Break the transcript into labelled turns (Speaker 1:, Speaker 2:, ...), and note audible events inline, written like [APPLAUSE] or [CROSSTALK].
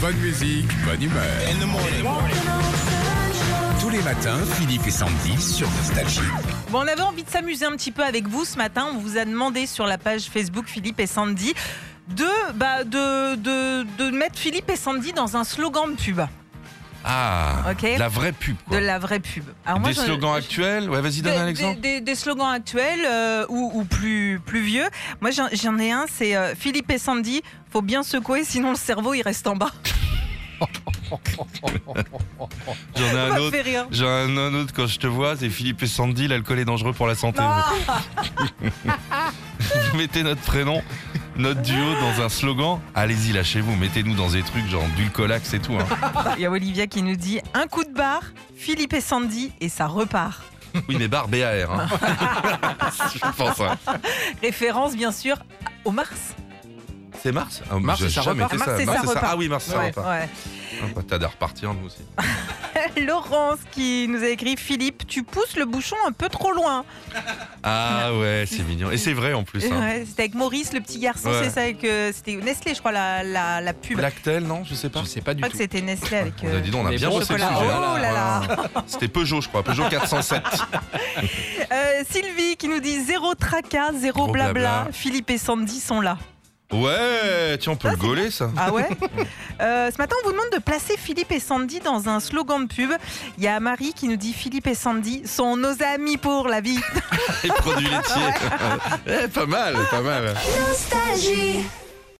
Speaker 1: Bonne musique, bonne humeur. Tous les matins, Philippe et Sandy sur Nostalgie.
Speaker 2: Bon, on avait envie de s'amuser un petit peu avec vous ce matin. On vous a demandé sur la page Facebook Philippe et Sandy de, bah, de, de, de mettre Philippe et Sandy dans un slogan de pub,
Speaker 3: Ah,
Speaker 2: Ok.
Speaker 3: la vraie pub.
Speaker 2: de
Speaker 3: Quoi.
Speaker 2: la vraie pub. Alors moi,
Speaker 3: Des
Speaker 2: j'en-
Speaker 3: slogans
Speaker 2: j'en-
Speaker 3: actuels Ouais, vas-y, donne
Speaker 2: des,
Speaker 3: un
Speaker 2: des-
Speaker 3: exemple.
Speaker 2: des- des slogans actuels euh, ou, ou plus, plus vieux. Moi, j'en- j'en ai un, c'est euh, Philippe et Sandy, faut bien secouer, sinon le cerveau, il reste en bas.
Speaker 3: J'en ai
Speaker 2: Ça
Speaker 3: un
Speaker 2: me
Speaker 3: autre.
Speaker 2: fait rire.
Speaker 3: J'en ai un un autre quand je te vois, c'est Philippe et Sandy, l'alcool est dangereux pour la santé.
Speaker 2: Ah
Speaker 3: Vous mettez notre prénom, notre duo dans un slogan. Allez-y, lâchez-vous, mettez-nous dans des trucs genre Dulcolax et tout. hein.
Speaker 2: Ah Il y a Olivia qui nous dit un coup de barre, Philippe et Sandy, et ça repart.
Speaker 3: Oui, mais bar BAR.
Speaker 2: [LAUGHS]
Speaker 3: Hein. je pense. hein.
Speaker 2: Référence, bien sûr, au Mars.
Speaker 3: C'est Mars ah,
Speaker 1: Mars,
Speaker 3: j'ai
Speaker 1: ça
Speaker 3: jamais
Speaker 1: repart.
Speaker 3: fait
Speaker 2: Mars, c'est ça,
Speaker 3: c'est
Speaker 2: repart.
Speaker 3: Ah oui, Mars, ça
Speaker 2: Ouais,
Speaker 3: repart.
Speaker 2: ouais.
Speaker 3: Ah, bah, T'as de repartir, nous aussi.
Speaker 2: [LAUGHS] Laurence qui nous a écrit Philippe, tu pousses le bouchon un peu trop loin.
Speaker 3: Ah ouais, c'est mignon. Et c'est vrai en plus. Hein.
Speaker 2: Ouais, c'était avec Maurice, le petit garçon,
Speaker 3: Ouais.
Speaker 2: c'est ça, avec, euh, c'était Nestlé, je crois, la, la, la pub.
Speaker 3: Lactel, non Je sais pas.
Speaker 1: Je sais pas du
Speaker 2: Je crois que
Speaker 1: tout.
Speaker 2: c'était Nestlé avec.
Speaker 3: On
Speaker 2: euh,
Speaker 3: a dit non, on a
Speaker 1: Mais
Speaker 3: bien
Speaker 1: bon,
Speaker 3: bossé le
Speaker 2: chocolat.
Speaker 3: sujet. hein. Ah.
Speaker 2: Oh là là.
Speaker 3: C'était Peugeot, je crois. Peugeot 407.
Speaker 2: [LAUGHS] Euh, Sylvie qui nous dit zéro tracas, zéro
Speaker 3: Gros
Speaker 2: blabla.
Speaker 3: blabla.
Speaker 2: Philippe et Sandy sont là.
Speaker 3: Ouais, tiens, on peut le gauler, ça.
Speaker 2: Ah [LAUGHS]
Speaker 3: [LAUGHS]
Speaker 2: ouais Euh, Ce matin, on vous demande de placer Philippe et Sandy dans un slogan de pub. Il y a Marie qui nous dit Philippe et Sandy sont nos amis pour la vie.
Speaker 3: [LAUGHS] Les produits laitiers. Eh, pas mal, pas mal.
Speaker 4: Nostalgie.